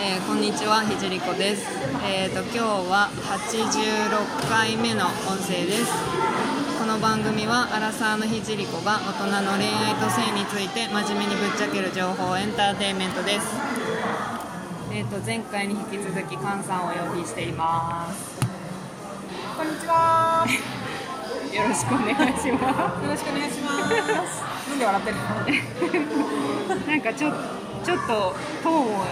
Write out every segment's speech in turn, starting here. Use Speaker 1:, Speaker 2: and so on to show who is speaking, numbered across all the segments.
Speaker 1: えーこんにちは、ひじりこです。えっ、と、今日は86回目の音声です。この番組は、アラサーのひじりこが大人の恋愛と性について真面目にぶっちゃける情報エンターテインメントです。えっ、と、前回に引き続き、カンさんをお呼びしています。
Speaker 2: こんにちは。よ
Speaker 1: よろしくお願いしま
Speaker 2: ろしくお願いします。なんで笑ってる
Speaker 1: す。なんかちょ、ちょっと、トーンを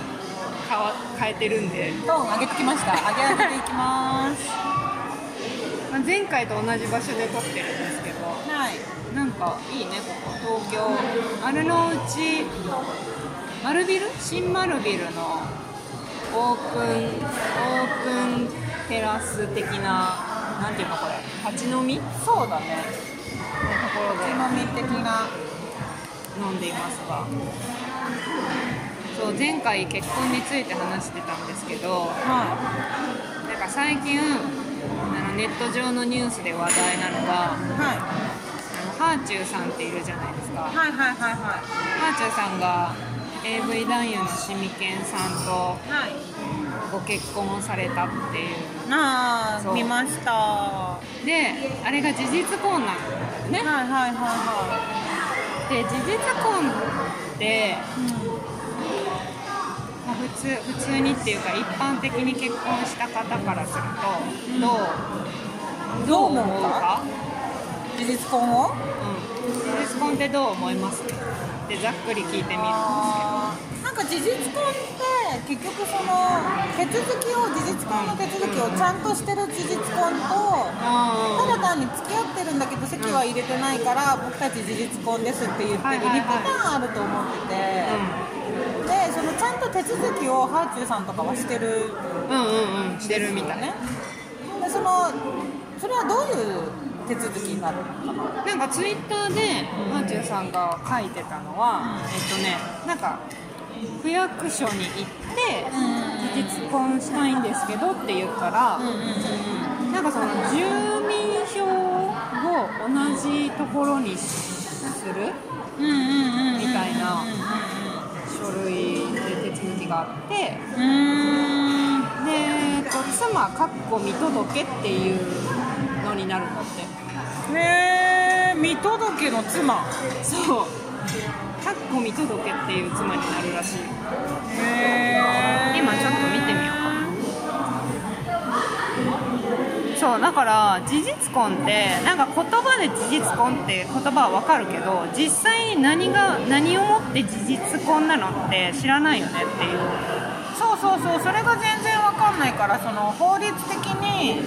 Speaker 1: 変わ変えてるんで、
Speaker 2: の？トーン上げてきました。上げ上げていきます。
Speaker 1: まあ、前回と同じ場所で撮ってるんですけど、
Speaker 2: はい。
Speaker 1: なんか
Speaker 2: いいねここ東京。
Speaker 1: 丸の内丸ビル
Speaker 2: 新丸ビルの
Speaker 1: オープンオープンテラス的ななんていうのこれ立ち飲みのと
Speaker 2: そうだね。
Speaker 1: ころ
Speaker 2: つ
Speaker 1: で
Speaker 2: まみ的な。
Speaker 1: 飲んでいますがそう前回結婚について話してたんですけど
Speaker 2: は
Speaker 1: なんか最近あのネット上のニュースで話題なのがあ
Speaker 2: い。
Speaker 1: のハ
Speaker 2: は
Speaker 1: ーチューさんっているじゃないですか
Speaker 2: い。はいはいはいは
Speaker 1: ハーチューさんが AV 男優のシミケンさんと
Speaker 2: い。はい。
Speaker 1: ご結婚をされたっていう
Speaker 2: あ
Speaker 1: そ
Speaker 2: あ
Speaker 1: う
Speaker 2: 見ました。は
Speaker 1: であれが事実婚なの
Speaker 2: いはいはいは
Speaker 1: で事実婚って、
Speaker 2: い。うん
Speaker 1: まあ普通普通にっていうか一般的に結婚した方からすると、
Speaker 2: うん
Speaker 1: どう
Speaker 2: どう
Speaker 1: ど
Speaker 2: 思
Speaker 1: う思う
Speaker 2: う
Speaker 1: か
Speaker 2: か、事実婚を？
Speaker 1: うん、事実婚ってどう思いますってざっくり聞いてみる
Speaker 2: あーなんか事実婚って結局その手続きを事実婚の手続きをちゃんとしてる事実婚とただ
Speaker 1: あ
Speaker 2: 単に付き合ってるんだけど籍は入れてないから僕たち事実婚ですって言ってる2
Speaker 1: はいはいはい
Speaker 2: パターンあると思っててでそのちゃんと手続きをハーチューさんとかはしてる
Speaker 1: うんうんうんうんしてるみたい
Speaker 2: ねでそのそれはどういう手続きになるのかな
Speaker 1: なんかツイッターでマーチューさんが書いてたのは、えっとねなんか区役所に行って事実婚したいんですけどって言ったら、
Speaker 2: うんうんうん
Speaker 1: なんかその住民票を同じところにする
Speaker 2: うんうん
Speaker 1: みたいな
Speaker 2: うんうん
Speaker 1: 書類で手続きがあってで、
Speaker 2: うんうーん
Speaker 1: えっと、妻かっこ見届けっていうのになるんだって
Speaker 2: へえ見届けの妻
Speaker 1: そうかっこ見届けっていう妻になるらしい
Speaker 2: へ
Speaker 1: 今ちょっと見てみようかなそうだから事実婚ってなんか言葉で事実婚って言葉はわかるけど実際に何が何をもって事実婚なのって知らないよねっていう
Speaker 2: そうそうそうそれが全然わかんないからその法律的に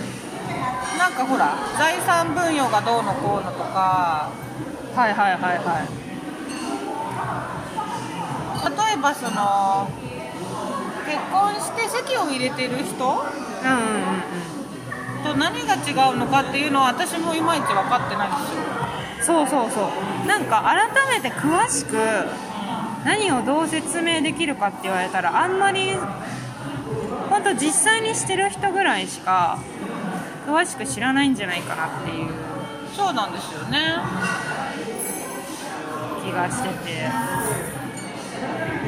Speaker 2: なんかほら財産分与がどうのこうのとか
Speaker 1: はいはいはいはい
Speaker 2: 例えばその結婚して籍を入れてる人
Speaker 1: うんうんうん
Speaker 2: と何が違うのかっていうのは私もいまいち分かってないんですよ
Speaker 1: うんそうそうそうなんか改めて詳しく何をどう説明できるかって言われたらあんまり本当実際にしてる人ぐらいしか詳しく知らないんじゃないかなっていう
Speaker 2: そうなんですよね
Speaker 1: 気がしてて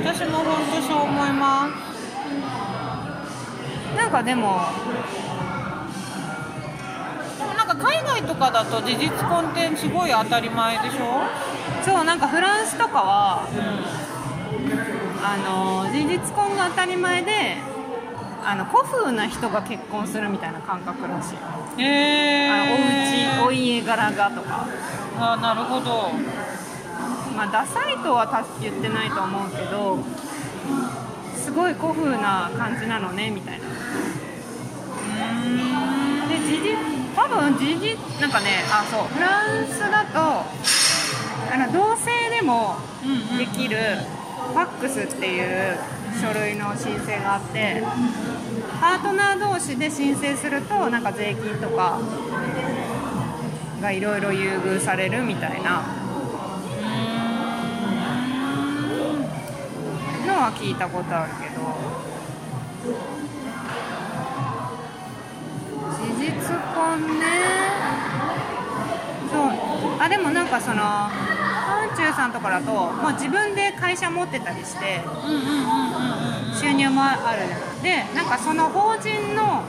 Speaker 2: 私も本当そう思います
Speaker 1: なんかでも
Speaker 2: でもなんか海外とかだと事実婚ってすごい当たり前でしょ
Speaker 1: そうなんかフランスとかは、あの事実婚が当たり前であの古風な人が結婚するみたいな感覚らしい、
Speaker 2: へ
Speaker 1: あのお家
Speaker 2: え
Speaker 1: お家柄がとか
Speaker 2: あなるほど
Speaker 1: まあ、ダサいとはた言ってないと思うけどすごい古風な感じなのねみたいなで時事多分時事なんかねあそうフランスだとあの同性でも
Speaker 2: うん
Speaker 1: できるファックスっていう書類の申請があってパートナー同士で申請するとなんか税金とかがいろいろ優遇されるみたいなのは聞いたことあるけど事実婚ねそうあでもなんかそのハー中さんとかだともう自分で会社持ってたりして
Speaker 2: うんうんうんうん
Speaker 1: 収入もあるじゃないでなんかその法人の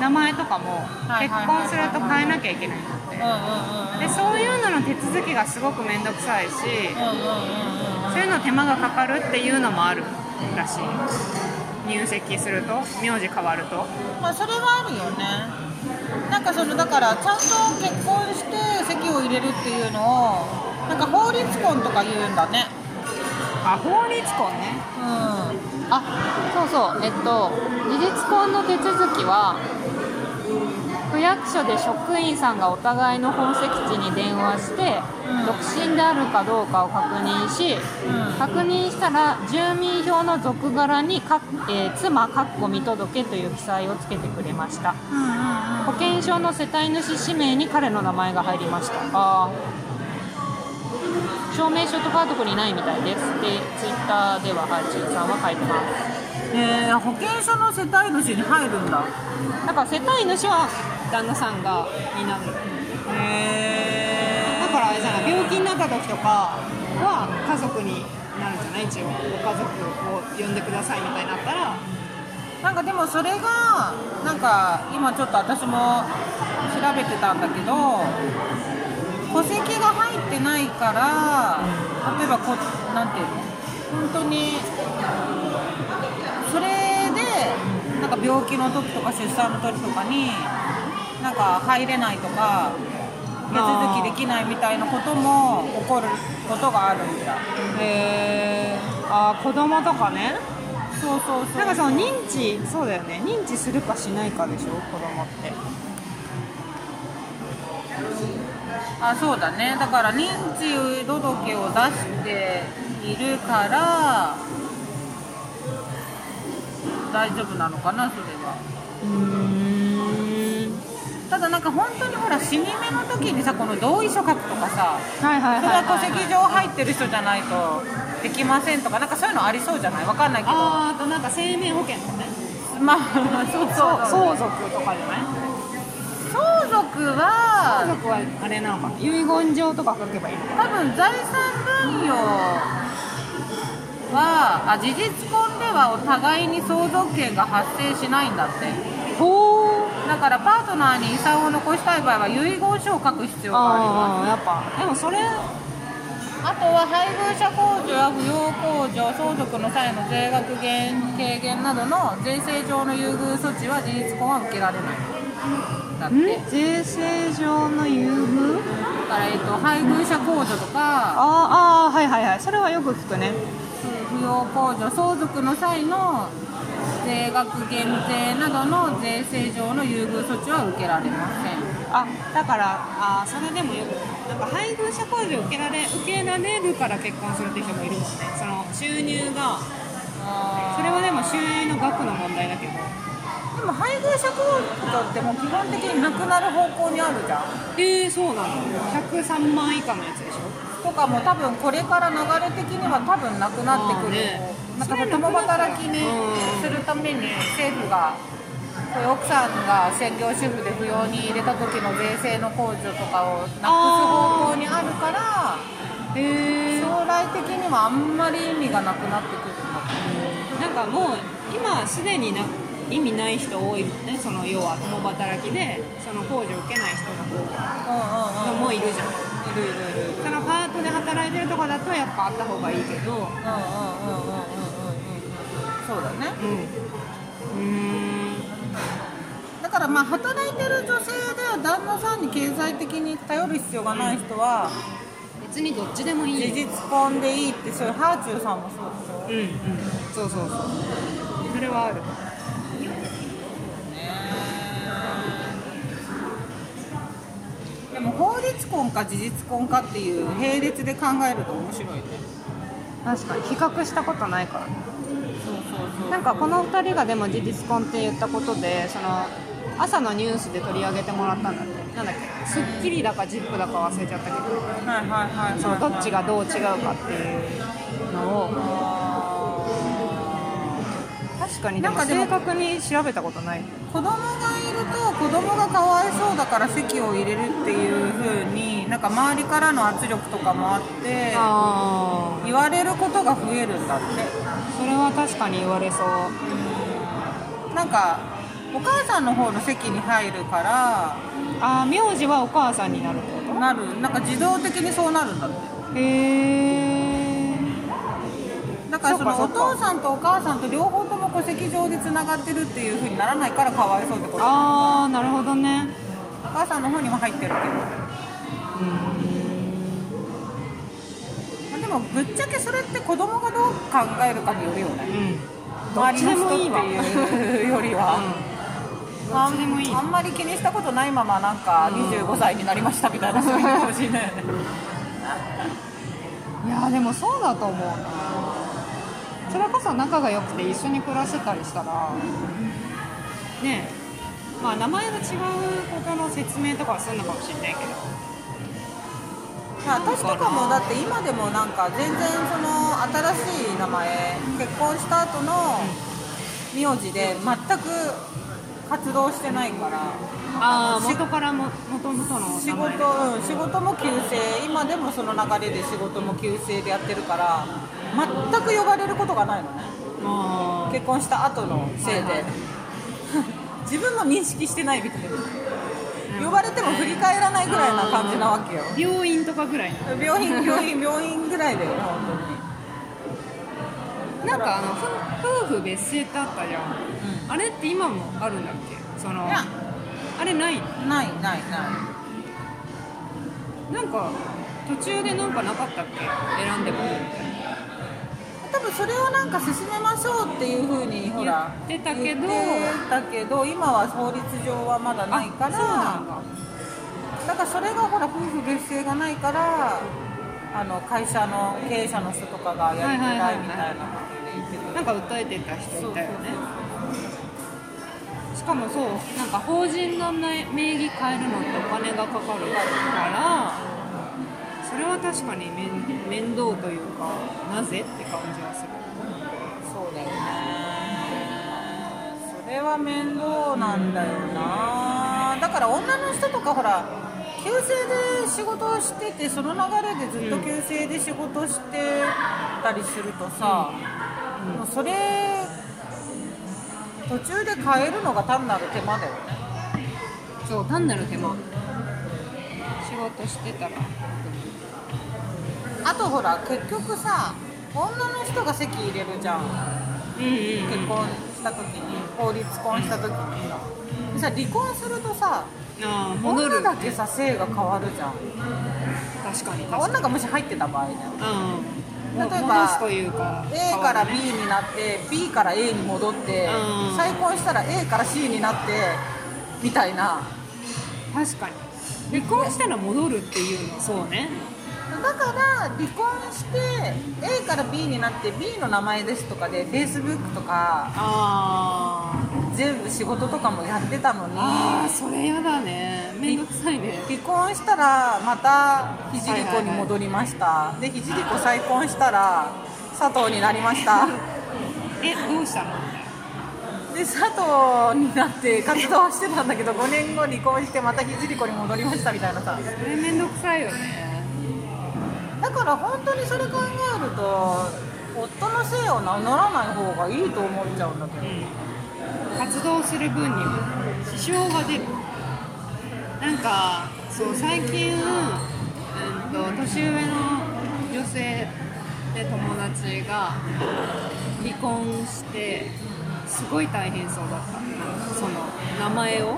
Speaker 1: 名前とかも
Speaker 2: はい
Speaker 1: 結
Speaker 2: はいはいはい
Speaker 1: 婚すると変えなきゃいけないんだって
Speaker 2: う
Speaker 1: でそういうのの手続きがすごく面倒くさいし
Speaker 2: んうんうんうん
Speaker 1: そういうの手間がかかるっていうのもあるらしい入籍すると名字変わると
Speaker 2: まあそれはあるよねなんかそのだからちゃんと結婚して籍を入れるっていうのをなんか法律婚とか言うんだね
Speaker 1: あ法律婚ね
Speaker 2: うんあ
Speaker 3: あそうそうえっと事実婚の手続きは区役所で職員さんがお互いの本籍地に電話して
Speaker 2: うん
Speaker 3: 独身であるかどうかを確認し
Speaker 2: ん
Speaker 3: 確認したら住民票の続柄にか、えー妻かっこ見届けという記載をつけてくれました保険証の世帯主氏名に彼の名前が入りましたあー証明書とかは特にないみたいですでツイッターでははい中さんは書いてます
Speaker 2: えー、保険証の世帯主に入るんだ
Speaker 3: なんか世帯主は
Speaker 4: 旦那さんがになる
Speaker 2: へ
Speaker 4: だからあれじゃない病気になった時とかは家族になるんじゃない一応ご家族を呼んでくださいみたいになったら
Speaker 2: えなんかでもそれがなんか今ちょっと私も調べてたんだけど戸籍が入ってないから例えばこうなんていうの本当にそれでなんか病気の時とか出産の時とかになんか入れないとか手続きできないみたいなことも起こることがあるんだ
Speaker 4: へえあー子供とかね
Speaker 2: そうそうそう
Speaker 4: なんかその認知そうだよね認知するかしないかでしょ子供って
Speaker 2: あそうだねだから認知届を出しているから大丈夫なのかなそれはただなんか本当にほら死に目の時にさこの同意書書くとかさ
Speaker 4: はいは
Speaker 2: それは戸籍上入ってる人じゃないとできませんとかなんかそういうのありそうじゃないわかんないけど
Speaker 4: あーあとなんか生命保険とかね
Speaker 2: まあそうそ
Speaker 4: 相
Speaker 2: う
Speaker 4: 続とかじゃない
Speaker 2: 相続は
Speaker 4: 相続はあれなのかな遺言状とか書けばいいのか
Speaker 2: 多分財産分与はあ事実婚ではお互いに相続権が発生しないんだって
Speaker 4: ほう
Speaker 2: だからパートナーに遺産を残したい場合は遺言書を書く必要があります
Speaker 4: ああやっぱでもそれ
Speaker 2: あとは配偶者控除や扶養控除相続の際の税額減軽減などの税制上の優遇措置は事実婚は受けられないだって
Speaker 4: 税制上の優遇
Speaker 2: だから、えっと、配偶者控除とか
Speaker 4: あーあーはいはいはいそれはよく聞くね
Speaker 2: 扶養控除相続の際の税額減税などの税制上の優遇措置は受けられません
Speaker 4: あだからあーそれでもよくなんか配偶者控除受けられ受けられるから結婚するって人もいるもんねその収入がそれはでも収入の額の問題だけど
Speaker 2: でも配偶者控除ってもう基本的になくなる方向にあるじゃん
Speaker 4: えー、そうなの103万以下のやつでしょ
Speaker 2: とかも多分これから流れ的には多分なくなって
Speaker 4: あー
Speaker 2: くる、
Speaker 4: ね
Speaker 2: なんか共働きに
Speaker 4: うん
Speaker 2: するために政府がこういう奥さんが専業主婦で扶養に入れた時の税制の控除とかをなくす方向にあるから
Speaker 4: え
Speaker 2: 将来的にはあんまり意味がなくなってくるんだ
Speaker 4: なんかもう今すでにな意味ない人多いもんねその要は共働きでその控除受けない人が
Speaker 2: うんうんうん
Speaker 4: もういるじゃんいるいるいるそのパートで働いてるとかだとやっぱあった方がいいけど
Speaker 2: うんうんうんうんうんうんうんそうだね
Speaker 4: うんうん
Speaker 2: だからまあ働いてる女性で旦那さんに経済的に頼る必要がない人は
Speaker 4: 別にどっちでもい
Speaker 2: 事
Speaker 4: い
Speaker 2: 実婚でいいってそういうハーチューさんもそうですよ
Speaker 4: うんうんそうそうそうそれはある
Speaker 2: でも法律婚か事実婚かっていう並列で考えると面白いね
Speaker 1: 確かに比較したことないからね
Speaker 2: そうそうそう
Speaker 1: なんかこの2人がでも事実婚って言ったことでその朝のニュースで取り上げてもらったんだってなんだっけ「スッキリ」だか「ジップ」だか忘れちゃったけど
Speaker 2: はいはいはいはい
Speaker 1: そのどっちがどう違うかっていうのを確かにでも
Speaker 2: なんかでも
Speaker 1: 正確に調べたことない
Speaker 2: 子供がいると子供がかわいそうだから籍を入れるっていう風になんか周りからの圧力とかもあって
Speaker 1: あ
Speaker 2: 言われることが増えるんだって
Speaker 1: あそれは確かに言われそう
Speaker 2: なんかお母さんの方の席に入るか
Speaker 1: ああ名字はお母さんになるってこ
Speaker 2: らなるなんか自動的にそうなるんだって
Speaker 1: とへえ
Speaker 2: だからその
Speaker 1: そ
Speaker 2: お
Speaker 1: うかそうか
Speaker 2: 父さんとお母さんと両方とも戸籍上でつながってるっていう風にならないからかわいそうってことお
Speaker 1: ああなるほどね
Speaker 2: 母さんの方にも入ってるけどまあでもぶっちゃけそれって子供がどう考えるかによるよね
Speaker 1: うんどっ
Speaker 2: 周
Speaker 1: ち
Speaker 2: り
Speaker 1: で
Speaker 2: の
Speaker 1: もいいわ
Speaker 2: 人っていうよりは、あんあんまり気にしたことないままなんか25歳になりましたみたいな人いるかもしれない よね
Speaker 1: いやでもそうだと思うなそれこそ仲が良くて一緒に暮らしてたりしたらねえまあ名前が違うことの説明とかはするのかもしれないけど
Speaker 2: 私とかもだって今でもなんか全然その新しい名前結婚した後の名字で全く活動してないから
Speaker 1: ああ
Speaker 2: 仕
Speaker 1: 元からも元々の
Speaker 2: 仕
Speaker 1: 名
Speaker 2: 事
Speaker 1: 前
Speaker 2: うん仕事も旧姓今でもその流れで仕事も旧姓でやってるから全く呼ばれることがないのね
Speaker 1: あ
Speaker 2: 結婚した後のせいで、
Speaker 1: はいはい
Speaker 2: 自分も認識してないみたいな呼ばれても振り返らないぐらいな感じなわけよ
Speaker 1: ー病院とかぐらいの
Speaker 2: 病院病院病院ぐらいだよ本
Speaker 1: なんかあのふ夫婦別姓ってあったじゃん、あれって今もあるんだっけそ
Speaker 2: 当
Speaker 1: の
Speaker 2: にいや
Speaker 1: あれない
Speaker 2: ないないな
Speaker 1: なんか途中でなんかなかったっけ選んでも
Speaker 2: い多分それをなんか進めましょうっていうふうにほら
Speaker 1: 言ってたけど
Speaker 2: 言ってたけど今は法律上はまだないから
Speaker 1: そうなんだ
Speaker 2: だからそれがほら夫婦別姓がないからあの会社の経営者の人とかがやりづらいみたいなことで言ってた
Speaker 1: なんか訴えてた人いたよねしかもそうなんか法人の名義変えるのってお金がかかるからそれは確かに面面倒というかなぜって感じはする
Speaker 2: そうだよねそれは面倒なんだよなだから女の人とかほら旧姓で仕事をしててその流れでずっと旧姓で仕事してたりするとさ、もうそれ途中で変えるのが単なる手間だよね
Speaker 1: そう単なる手間仕事してたら
Speaker 2: あとほら結局さ女の人が籍入れるじゃ
Speaker 1: う
Speaker 2: ん
Speaker 1: んうん
Speaker 2: 結婚した時に法律婚した時にさでさ離婚するとさ
Speaker 1: ああ戻
Speaker 2: 女
Speaker 1: る
Speaker 2: だけさ性が変わるじゃん
Speaker 1: 確かに確かに
Speaker 2: 女がもし入ってた場合ね
Speaker 1: うん
Speaker 2: 例えば
Speaker 1: 戻すというか
Speaker 2: A から
Speaker 1: 変
Speaker 2: B
Speaker 1: わるね
Speaker 2: になって B から A に戻って
Speaker 1: うん
Speaker 2: 再婚したら A から C になってみたいな
Speaker 1: 確かに離婚したら戻るっていうのそうね
Speaker 2: だから離婚して A から B になって B の名前ですとかで Facebook とか
Speaker 1: ああ
Speaker 2: 全部仕事とかもやってたのに
Speaker 1: ああそれやだねめんどくさいね
Speaker 2: 離婚したらまたひじりこに戻りました、でひじりこ再婚したら佐藤になりました
Speaker 1: えどうしたの
Speaker 2: で佐藤になって活動してたんだけど5年後離婚してまたひじりこに戻りましたみたいなさ
Speaker 1: それめんどくさいよね
Speaker 2: だから本当にそれ考えると夫の姓を名乗らない方がいいと思っちゃうんだけど
Speaker 1: 活動する分には支障が出るなんかそう最近、うん、と年上の女性で友達が離婚してすごい大変そうだったその名前を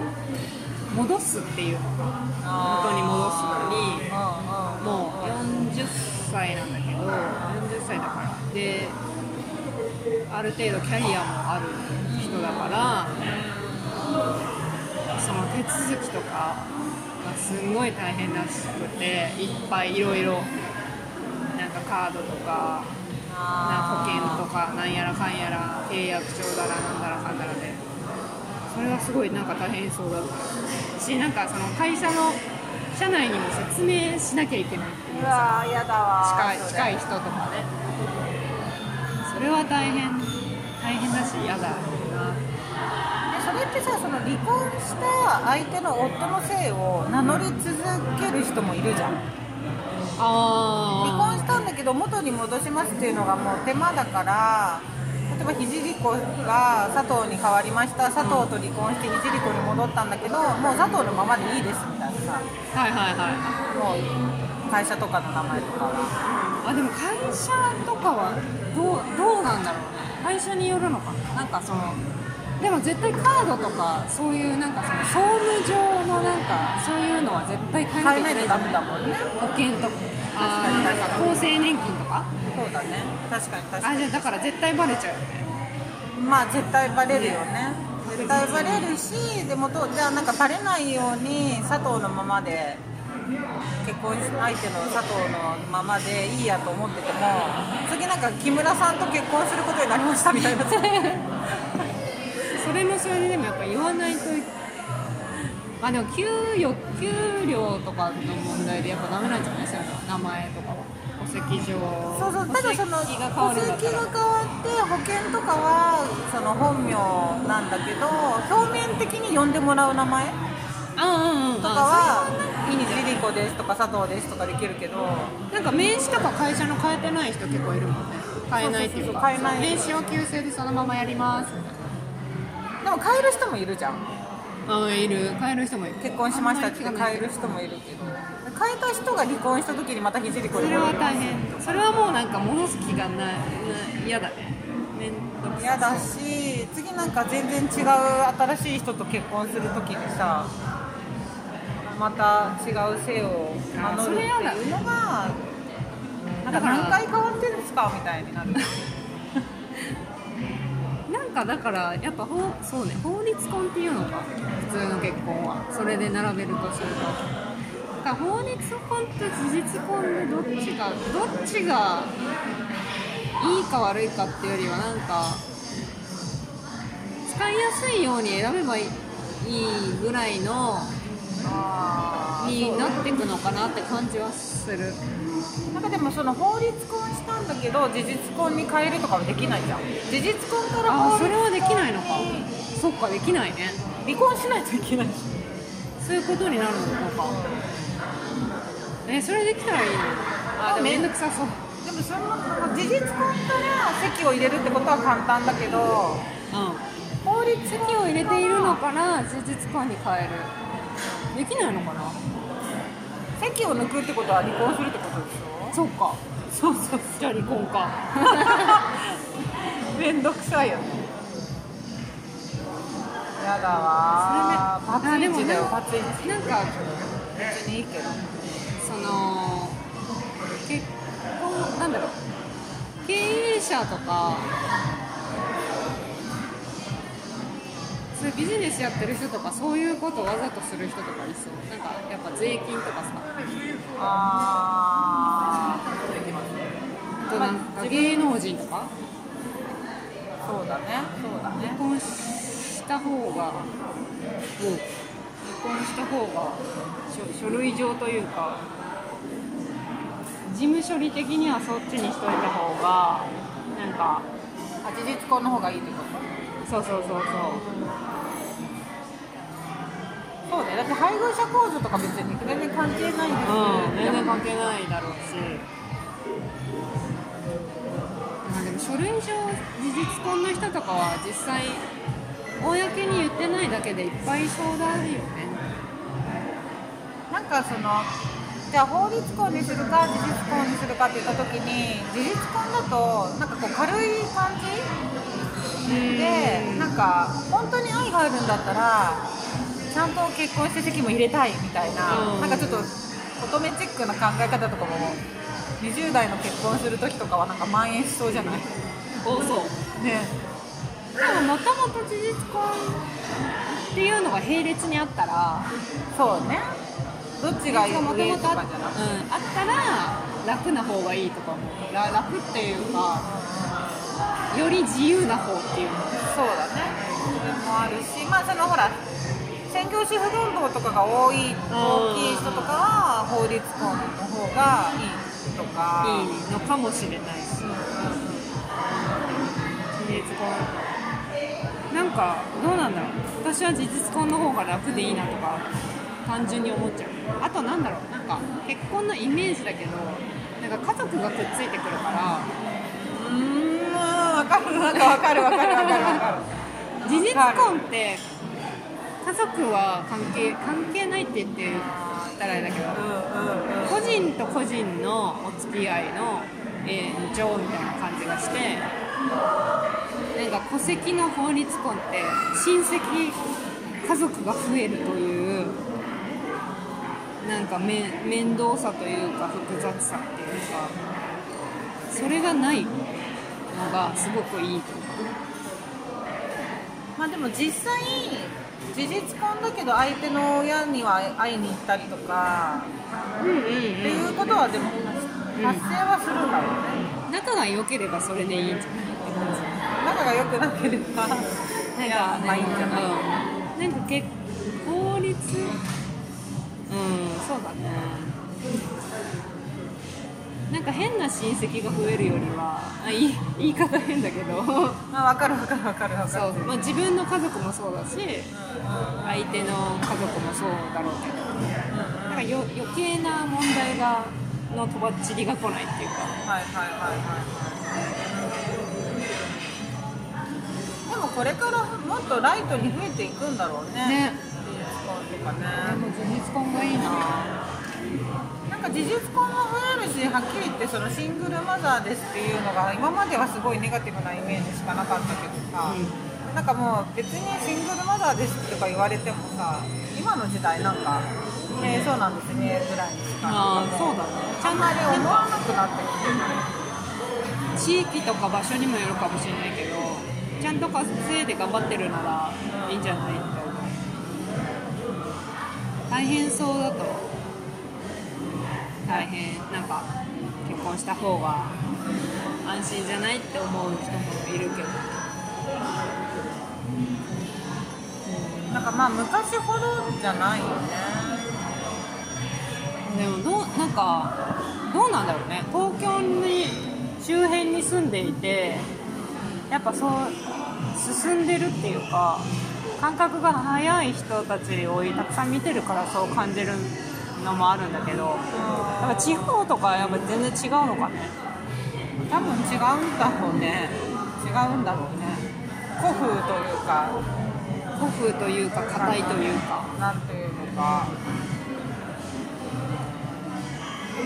Speaker 1: 戻すっていうの元に戻すのにもう40歳なんだけど40歳だからである程度キャリアもある人だからその手続きとかがすんごい大変らしくていっぱいいろいろなんかカードとかな保険とかなんやらかんやら契約書だらなんだらかんだらでそれがすごいなんか大変そうだったしなんかその会社の社内にも説明しなきゃいけないっていう
Speaker 2: うわーやだ
Speaker 1: 近
Speaker 2: わ
Speaker 1: い近い人とかねそれは大変大変だし嫌だ
Speaker 2: でそれれってさその離婚した相手の夫の姓を名乗り続ける人もいるじゃん離
Speaker 1: あ
Speaker 2: 婚したんだけど元に戻しますっていうのがもう手間だから例えばひじりこが佐藤に変わりました佐藤と離婚してひじりこに戻ったんだけどもう佐藤のままでいいですみたいなさ
Speaker 1: あはいはいはい
Speaker 2: もう会社とかの名前とかは
Speaker 1: あでも会社とかはどうどうなんだろうね会社によるのかななんかそのでも絶対カードとかそういうなんかその総務上のなんかそういうのは絶対変えなき
Speaker 2: 変え
Speaker 1: ゃ
Speaker 2: ないい
Speaker 1: け
Speaker 2: と
Speaker 1: な
Speaker 2: ダ
Speaker 1: い
Speaker 2: メだもんね
Speaker 1: 保険とかあ
Speaker 2: かに
Speaker 1: ーなんか厚生年金とか
Speaker 2: そうだね確かに確か
Speaker 1: あ
Speaker 2: に
Speaker 1: じゃあだから絶対バレちゃうよね
Speaker 2: まあ絶対バレるよね絶対バレるしでもとじゃあなんかバレないように佐藤のままで結婚相手の佐藤のままでいいやと思ってても次なんか木村さんと結婚することになりましたみ たいな
Speaker 1: それもそれででもやっぱ言わないとまあでも給与給料とかの問題でやっぱダメなんじゃないですか名前とかは戸籍上
Speaker 2: そうそうただその
Speaker 1: 戸籍が変わるんだ
Speaker 2: 戸
Speaker 1: った
Speaker 2: 籍
Speaker 1: ら
Speaker 2: が変わって保険とかはその本名なんだけど表面的に呼んでもらう名前
Speaker 1: ああ
Speaker 2: とかは「ミニジリコです」とか「佐藤です」とかできるけど
Speaker 1: なんか名刺とか会社の変えてない人結構いるもんね変えないっていうか
Speaker 2: そうそうそう変えない
Speaker 1: 名刺は旧姓でそのままやります
Speaker 2: でも変える人もいるじゃん
Speaker 1: ああいる変える人もいる
Speaker 2: 結婚しましたって変える人もいるけど変えた人が離婚した時にまたひじりこ
Speaker 1: そ
Speaker 2: に
Speaker 1: れ
Speaker 2: 戻
Speaker 1: は
Speaker 2: る
Speaker 1: 大変それはもうなんか戻す気がないな嫌だねめんどくさい
Speaker 2: 嫌だし次なんか全然違う新しい人と結婚する時にさまた違う姓を名乗るっていうのがなんか何回変わってるんですかみたいになる
Speaker 1: なんかだからやっぱ法そうね法律婚っていうのか普通の結婚はそれで並べるとするとだから法律婚と事実婚でどっちがどっちがいいか悪いかっていうよりはなんか使いやすいように選べばいいぐらいの
Speaker 2: あー
Speaker 1: になっていくのかなって感じはする
Speaker 2: なんかでもその法律婚したんだけど事実婚に変えるとかはできないじゃん事実婚から
Speaker 1: あ
Speaker 2: 法
Speaker 1: あそ
Speaker 2: 律
Speaker 1: れはできないのかそっかできないね
Speaker 2: 離婚しないといけないし
Speaker 1: そういうことになるのか。え、それできたらいいのに。あ、でもめんどくさそう。
Speaker 2: でもその事実婚から籍を入れるってことは簡単だけど
Speaker 1: う
Speaker 2: 法律
Speaker 1: ん。席を入れているのから事実婚に変える。できないのかな。
Speaker 2: 籍を抜くってことは離婚するってことでし
Speaker 1: そうか。そうそうじゃあ離婚か。
Speaker 2: ょめんどくさいよねやだわ
Speaker 1: そ
Speaker 2: ー
Speaker 1: れね
Speaker 2: バツイチだよ
Speaker 1: あ
Speaker 2: バツイ チ
Speaker 1: なんか
Speaker 2: 別にいいけど
Speaker 1: その結婚なんだろう経営者とかそういうビジネスやってる人とかそういうことをわざとする人とかいそうなんかやっぱ税金とかさ
Speaker 2: あーできますね
Speaker 1: あとなんか芸能人とか
Speaker 2: そうだねそうだね
Speaker 1: 離婚した方が離婚した方が書書類上というか事務処理的にはそっちにしといた方がなんか
Speaker 2: あ事実婚の方がいいってこと
Speaker 1: そうそうそうそう
Speaker 2: そうねだって配偶者控除とか別に全然関係ないですよ、
Speaker 1: 全然関係ないだろうしまあでも書類上事実婚の人とかは実際公に言ってないだけでいっぱい相談あるよね
Speaker 2: なんかそのじゃあ法律婚にするか事実婚にするかって言った時に事実婚だとなんかこう軽い感じでなんか本当に愛があるんだったらちゃんと結婚して籍も入れたいみたいな、
Speaker 1: うん
Speaker 2: なんかちょっと乙女チックな考え方とかも20代の結婚する時とかはなんか蔓延しそうじゃない
Speaker 1: 多そう
Speaker 2: ね
Speaker 1: でももともと事実婚っていうのが並列にあったら
Speaker 2: そうねどっちがいい
Speaker 1: もとも
Speaker 2: 上と
Speaker 1: とあ,、うん、
Speaker 2: か
Speaker 1: あっ
Speaker 2: じゃなく
Speaker 1: たら楽
Speaker 2: て
Speaker 1: な方がいいとかもら楽っていうかより自由な方っていうの
Speaker 2: そうだねそれもあるしまあそのほら専業主婦運動とかが多い大きい人とかは法律婚の方がいいとか
Speaker 1: いいのかもしれないし、事実婚なんなんかどうなんだろう私は事実婚の方が楽でいいなとか単純に思っちゃうあとなんだろうなんか結婚のイメージだけどなんか家族がくっついてくるから
Speaker 2: うーんわかるなんかわかるわかるわかるわかる
Speaker 1: 事実婚って家族は関係関係ないって言ってたらあれだけど
Speaker 2: うんうんうん
Speaker 1: 個人と個人のお付き合いの延長みたいな感じがしてなんか戸籍の法律婚って親戚家族が増えるというなんかめ面倒さというか複雑さっていうかそれがないのがすごくいいと思う
Speaker 2: まあでも実際事実婚だけど相手の親には会いに行ったりとか
Speaker 1: うんうん
Speaker 2: っていうことはでも発生はするんだろうね
Speaker 1: 仲が良ければそれでいいんじゃないって感じ
Speaker 2: 仲が良くなけれ
Speaker 1: な
Speaker 2: ば
Speaker 1: んか、
Speaker 2: いやまあいいんじゃない
Speaker 1: い、うん、なんか結法律うんそうだねなんか変な親戚が増えるよりはあいい言い方変だけどそ
Speaker 2: まあわかるわかるわかるわかる
Speaker 1: う、まあ、自分の家族もそうだし相手の家族もそうだろうけどなんかよ余計な問題がのとばっちりが来ないっていうか
Speaker 2: はいはいはいはいでもこれからもっとライトに増えていくんだろうね
Speaker 1: ね
Speaker 2: 事実婚とかね
Speaker 1: でも事実婚がいいな
Speaker 2: なんか事実婚も増えるしはっきり言ってそのシングルマザーですっていうのが今まではすごいネガティブなイメージしかなかったけどさ、なんかもう別にシングルマザーですとか言われてもさ今の時代なんか「えーそうなんですね」ぐらいにしか
Speaker 1: あーそうだね
Speaker 2: ちゃんまり思わなくなってきてる
Speaker 1: 地域とか場所にもよるかもしれないけどちゃんと稼いで頑張ってるならいいんじゃないって思う大変そうだと大変なんか結婚した方が安心じゃないって思う人もいるけど
Speaker 2: なんかまあ昔ほどじゃないよね
Speaker 1: でもどうなんかどうなんだろうね東京に周辺に住んでいてやっぱそう進んでるっていうか感覚が早い人たちをたくさん見てるからそう感じるのもあるんだけどやっぱ地方とかやっぱ全然違うのかね
Speaker 2: 多分違うんだろうね違うんだろうね古風というか
Speaker 1: 古風というか硬いというか
Speaker 2: なんていうのか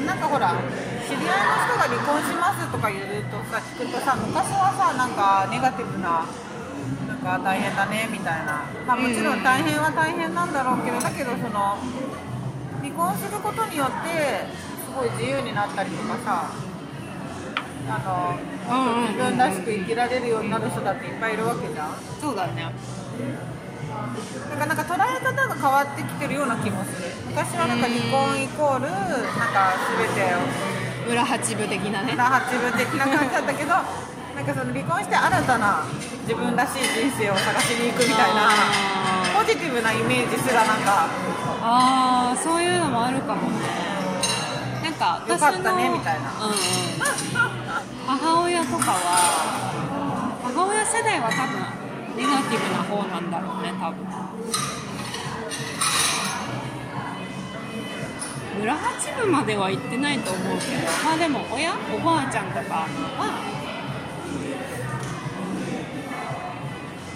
Speaker 2: なんかほら知り合いの人が離婚しますとか言うとさ聞くとさ昔はさなんかネガティブななんか大変だねみたいな、まあ、もちろん大変は大変なんだろうけどだけどその離婚することによってすごい自由になったりとかさあの自分らしく生きられるようになる人だっていっぱいいるわけじゃん。
Speaker 1: そうだね
Speaker 2: なんかなんか捉え方が変わってきてるような気もする昔はなんか離婚イコールなんか全てを
Speaker 1: 裏八分的なね
Speaker 2: 裏八分的な感じだったけど なんかその離婚して新たな自分らしい人生を探しに行くみたいな
Speaker 1: あ
Speaker 2: ポジティブなイメージすらなん
Speaker 1: ー
Speaker 2: か
Speaker 1: あーそういうのもあるかもねなんか私の
Speaker 2: よかったねみたいな
Speaker 1: うんうん、母親とかは母親世代は多分ネガティブな方なんだろうね多分村八分までは行ってないと思うけどまあでも親おばあちゃんとかは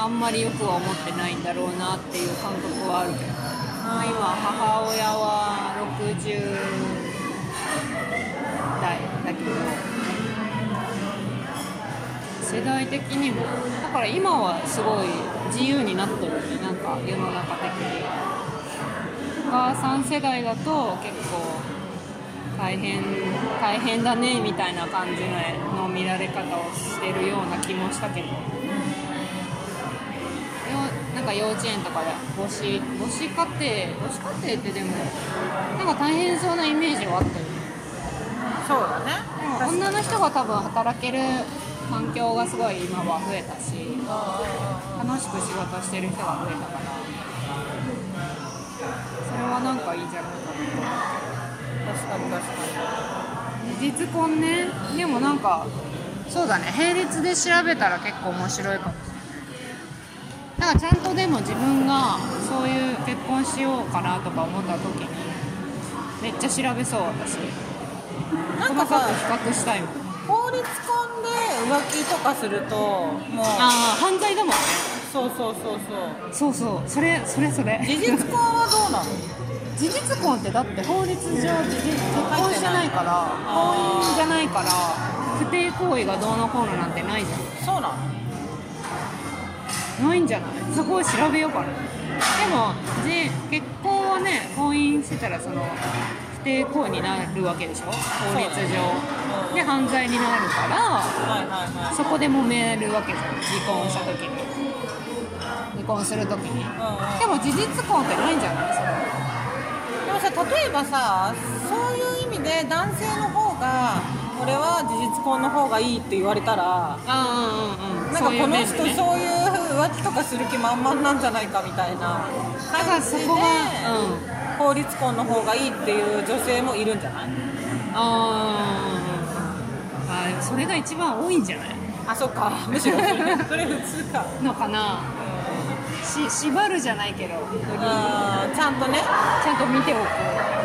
Speaker 1: あんまりよくは思ってないんだろうなっていう感覚はあるけど、まあ、今母親は60代だけど世代的にもだから今はすごい自由になってるねなんか世の中的にお母さん世代だと結構大変大変だねみたいな感じのの見られ方をしてるような気もしたけどよなんか幼稚園とかで母子母子家庭母子家庭ってでもなんか大変そうなイメージはあったよね
Speaker 2: そうだね
Speaker 1: 女の人が多分働ける環境がすごい今は増えたし楽しく仕事してる人が増えたからそれはなんかいいんじゃないかな
Speaker 2: 確かに確か
Speaker 1: 事実婚ねでもなんかそうだね並列で調べたら結構面白いかもしなんかちゃんとでも自分がそういう結婚しようかなとか思った時にめっちゃ調べそう私
Speaker 2: なん
Speaker 1: 細
Speaker 2: か
Speaker 1: か
Speaker 2: さ
Speaker 1: く比較したいもん
Speaker 2: 法律婚で浮気とかするともう
Speaker 1: ああ犯罪だもんね
Speaker 2: そうそうそうそう
Speaker 1: そうそうそれそれそれ
Speaker 2: 事実婚はどうなの
Speaker 1: 事実婚ってだって法律上事実結婚してないから
Speaker 2: あー
Speaker 1: 婚姻じゃないから不貞行為がどうのこうのなんてないじ
Speaker 2: そうなの
Speaker 1: ゃんないんじゃないそこを調べようかなでもじ結婚はね婚姻してたらその不貞行為になるわけでしょ法律
Speaker 2: う
Speaker 1: 上
Speaker 2: ん
Speaker 1: で犯罪になるか
Speaker 2: はいはいは
Speaker 1: ら
Speaker 2: い
Speaker 1: そこで揉めるわけじゃん離婚した時に離婚する時に
Speaker 2: うんうん
Speaker 1: でも事実婚ってないんじゃないそれ
Speaker 2: でもさ例えばさそういう意味で男性の方が俺は事実婚の方がいいって言われたら
Speaker 1: ああうんうんうん
Speaker 2: なんかこの人
Speaker 1: そういう面でね
Speaker 2: そういう浮気とかする気満々なんじゃないかみたい
Speaker 1: だ
Speaker 2: な
Speaker 1: から
Speaker 2: 感じ
Speaker 1: そ
Speaker 2: で
Speaker 1: こがうん
Speaker 2: 法律婚の方がいいっていう女性もいるんじゃない
Speaker 1: あーあーそれが一番多いんじゃない
Speaker 2: あそっかむしろそれ それ普通か
Speaker 1: のかなし縛るじゃないけどよりち
Speaker 2: うんちゃんとね
Speaker 1: ゃんと見ておく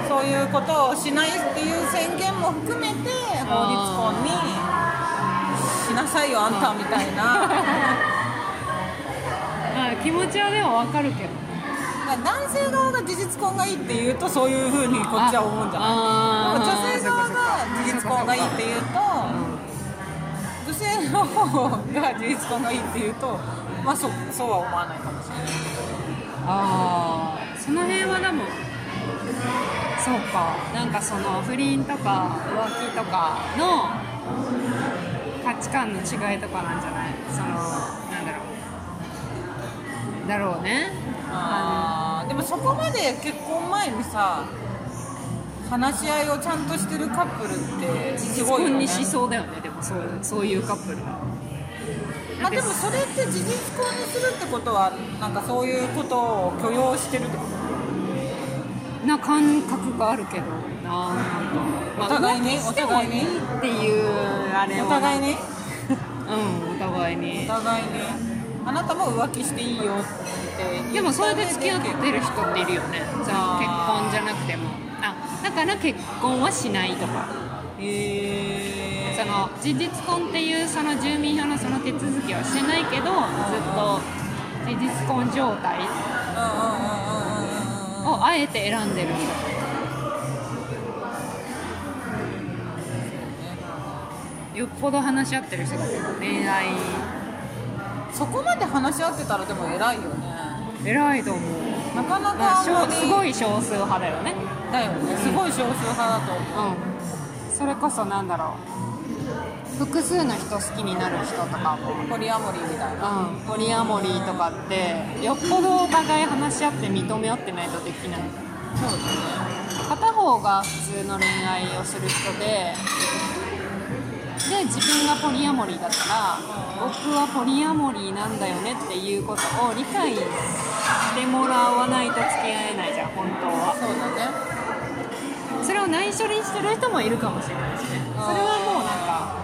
Speaker 2: そういうことをしないっていう宣言も含めて法律婚にしなさいよあんたみたいな
Speaker 1: あー気持ちはでも分かるけど
Speaker 2: 男性側が事実婚がいいって言うとそういうふうにこっちは思うんじゃない
Speaker 1: あ
Speaker 2: でも女性側が事実婚がいいって言うと女性の方が事実婚がいいって言うとまあそそうは思わないかもしれない
Speaker 1: ああその辺はでもそうかなんかその不倫とか浮気とかの価値観の違いとかなんじゃないそのなんだろうだろうね
Speaker 2: あーでもそこまで結婚前にさ話し合いをちゃんとしてるカップルってす
Speaker 1: 結
Speaker 2: ごいよ、
Speaker 1: 婚
Speaker 2: ね
Speaker 1: に、しそうだよねでもそうそういうカップルは
Speaker 2: まあでもそれって事実婚にするってことはなんかそういうことを許容してるってこと
Speaker 1: な感覚があるけどななんか、まあ
Speaker 2: お互いね
Speaker 1: 浮気してもいいっていうあれ
Speaker 2: お
Speaker 1: は
Speaker 2: 互い
Speaker 1: に
Speaker 2: ね
Speaker 1: うんお互い
Speaker 2: お
Speaker 1: に
Speaker 2: 互いねあなたも浮気していいよって
Speaker 1: でもそれで付き合って
Speaker 2: る
Speaker 1: る人っているよねその結
Speaker 2: あー
Speaker 1: 婚じゃなくてもあだから結婚はしないとか
Speaker 2: へえ
Speaker 1: その事実婚っていうその住民票のその手続きはしてないけどずっと事実婚状態
Speaker 2: うんうんうんうんうんうんうん
Speaker 1: をあえて選んでる人よっぽど話し合ってる人だけど恋愛
Speaker 2: そこまで話し合ってたらでも偉いよね
Speaker 1: 偉いと思う
Speaker 2: なかな
Speaker 1: ま
Speaker 2: か
Speaker 1: あ
Speaker 2: あん
Speaker 1: し
Speaker 2: ま
Speaker 1: ょ
Speaker 2: り
Speaker 1: うすごい少数派だよね
Speaker 2: だよねすごい少数派だと思う
Speaker 1: うんそれこそなんだろう複数の人好きになる人とかも
Speaker 2: ポリアモリーみたいな
Speaker 1: うん、ポリアモリーとかってよっぽどお互い話し合って認め合ってないとできない
Speaker 2: そうだね
Speaker 1: 片方が普通の恋愛をする人でで自分がポリアモリーだったら僕はポリアモリーなんだよねっていうことを理解してもらわないと付き合えないじゃん本当は
Speaker 2: そうだね
Speaker 1: それを内緒にしてる人もいるかもしれないしねそれはもうなんか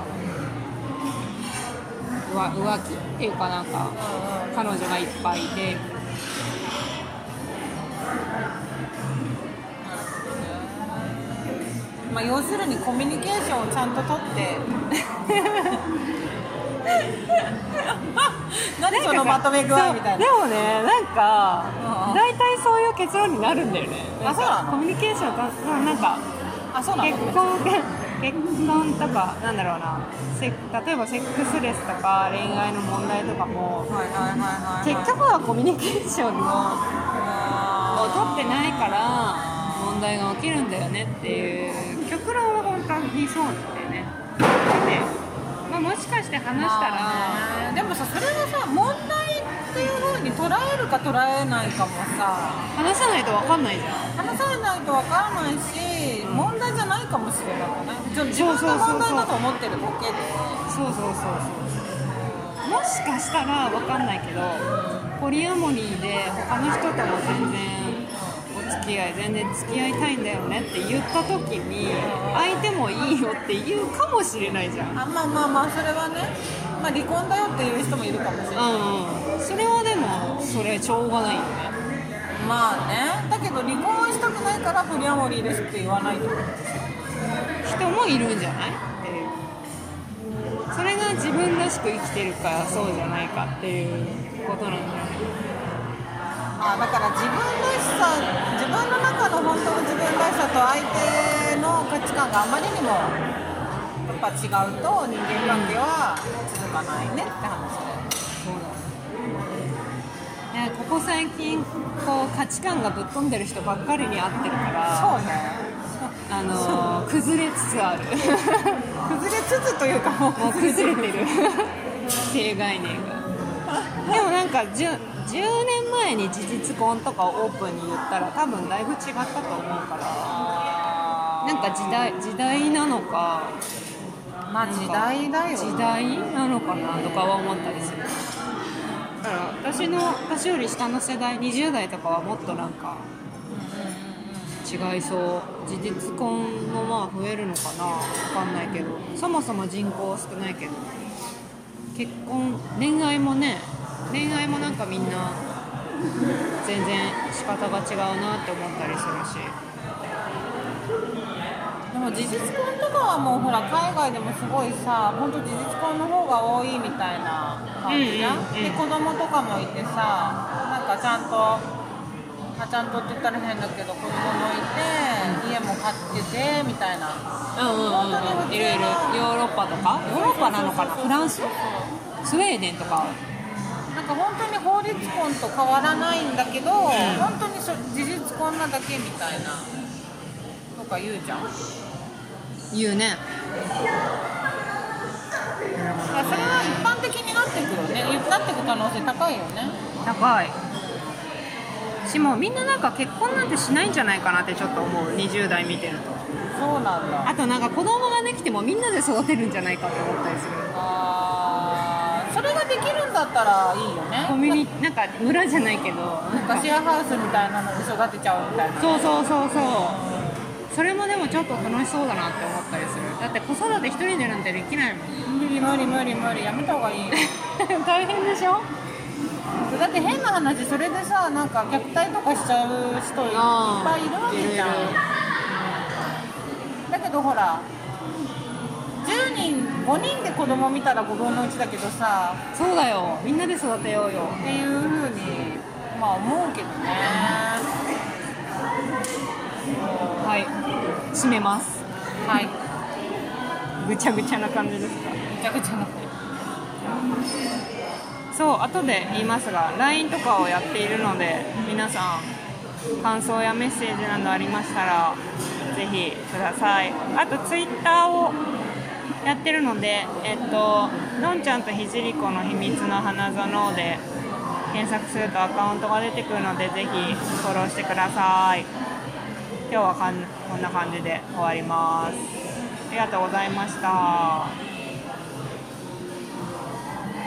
Speaker 1: 浮浮気っていうかなんか彼女がいっぱいいて
Speaker 2: まあ、要するにコミュニケーションをちゃんと取 って何そのまとめ具合みたいな
Speaker 1: そうでもねなん
Speaker 2: うんう
Speaker 1: か
Speaker 2: ん
Speaker 1: 大体そういう結論になるんだよね
Speaker 2: あそうなの
Speaker 1: コミュニケーションがうんなんか
Speaker 2: あそうなの
Speaker 1: 結婚結婚とかなんだろうなセ例えばセックスレスとか恋愛の問題とかも
Speaker 2: はいはいはいはい
Speaker 1: 結局はコミュニケーションのを
Speaker 2: あ
Speaker 1: 取ってないから問題が起きるんだよねっていう極論は本当にそうなんだよねで、まあ、もしかして
Speaker 2: ー
Speaker 1: 話したら
Speaker 2: まあねでもさそれはさ問題っていう風に捉えるか捉えないかもさ
Speaker 1: 話さないと分かんないじゃ
Speaker 2: 話さないとわからないし、問題じゃないかもしれないよねちょ自分
Speaker 1: そうそう
Speaker 2: が
Speaker 1: そうそう
Speaker 2: 問題だと思ってるだけで
Speaker 1: んそうそうそうそうもしかしたら分かんないけどポリアモニーで他の人とも全然お付き合い全然付き合いたいんだよねって言った時に相手もいいよって言うかもしれないじゃん
Speaker 2: あまあまあまあそれはね
Speaker 1: だ
Speaker 2: まあ、離婚だよっていう人もいるかもしれない、
Speaker 1: うんそれはでもそれしょうがないよね
Speaker 2: まあねだけど離婚はしたくないからフリアモリーですって言わないと
Speaker 1: 人もいるんじゃないっていうそれが自分らしく生きてるかそうじゃないかっていうことなんだよね
Speaker 2: あだから自分らしさ自分の中の本当の自分らしさと相手の価値観があまりにもやっぱ違うと人間関係は続かないねって話だよ
Speaker 1: ねここ最近こう価値観がぶっ飛んでる人ばっかりに会ってるから
Speaker 2: そうね
Speaker 1: あのー崩れつつある
Speaker 2: 崩れつつというかもう
Speaker 1: もう 崩れてる っていう概念がでもなんか 10, 10年前に事実婚とかをオープンに言ったら多分だいぶ違ったと思うからなんか時代時代なのか
Speaker 2: まあ時代だよ
Speaker 1: 時代なのかなとかは思ったりするだから私の私より下の世代20代とかはもっとなんか違いそう事実婚もまあ増えるのかなわかんないけどそもそも人口少ないけど結婚恋愛もね恋愛もなんかみんな全然仕方が違うなって思ったりするし
Speaker 2: でも事実婚とかはもうほら海外でもすごいさ本当事実婚の方が多いみたいな感じじゃん,、
Speaker 1: うんうんうん
Speaker 2: で子供とかもいてさなんかちゃんと、まあ、ちゃんとって言ったら変だけど子供もいて、家も買っててみたいな
Speaker 1: うんうん
Speaker 2: うんうん
Speaker 1: いろいろヨーロッパとかヨーロッパなのかなフランススウェーデンとか
Speaker 2: なんか本当に法律婚と変わらないんだけど、本当にそ事実婚なだけみたいなとか言うじゃん
Speaker 4: 言うね
Speaker 2: いやそれは一般的になってくよねなってく可能性高いよね
Speaker 3: 高いしもうみんななんか結婚なんてしないんじゃないかなってちょっと思う20代見てると
Speaker 2: そうなんだ
Speaker 3: あとなんか子供ができてもみんなで育てるんじゃないかって思ったりする
Speaker 2: あーそれができるんだったらいいよね
Speaker 3: コミュニなんか村じゃないけどなん
Speaker 2: なんか
Speaker 3: か
Speaker 2: シェアハウスみたいなので育てちゃうみたいな
Speaker 3: そうそうそうそうそれもでもちょっと楽しそうだなって思ったりするだって子育て一人でなんてできないもん
Speaker 2: 無理無理無理無理やめた方がいいよ
Speaker 3: 大変でしょ
Speaker 2: だって変な話それでさなんか虐待とかしちゃう人いっぱいいるわけじゃんだけどほら10人5人で子供見たら5分の1だけどさ
Speaker 1: そうだよみんなで育てようよ
Speaker 2: っていうふうにまあ思うけどね
Speaker 1: はい締めます
Speaker 2: はい
Speaker 3: ぐちゃぐちゃな感じですか
Speaker 2: めちゃくちゃな
Speaker 3: そう後で言いますが LINE とかをやっているので皆さん感想やメッセージなどありましたらぜひくださいあと Twitter をやってるのでえっとのんちゃんとひじりこの秘密の花園で検索するとアカウントが出てくるのでぜひフォローしてください今日はかんこんな感じで終わりますありがとうございました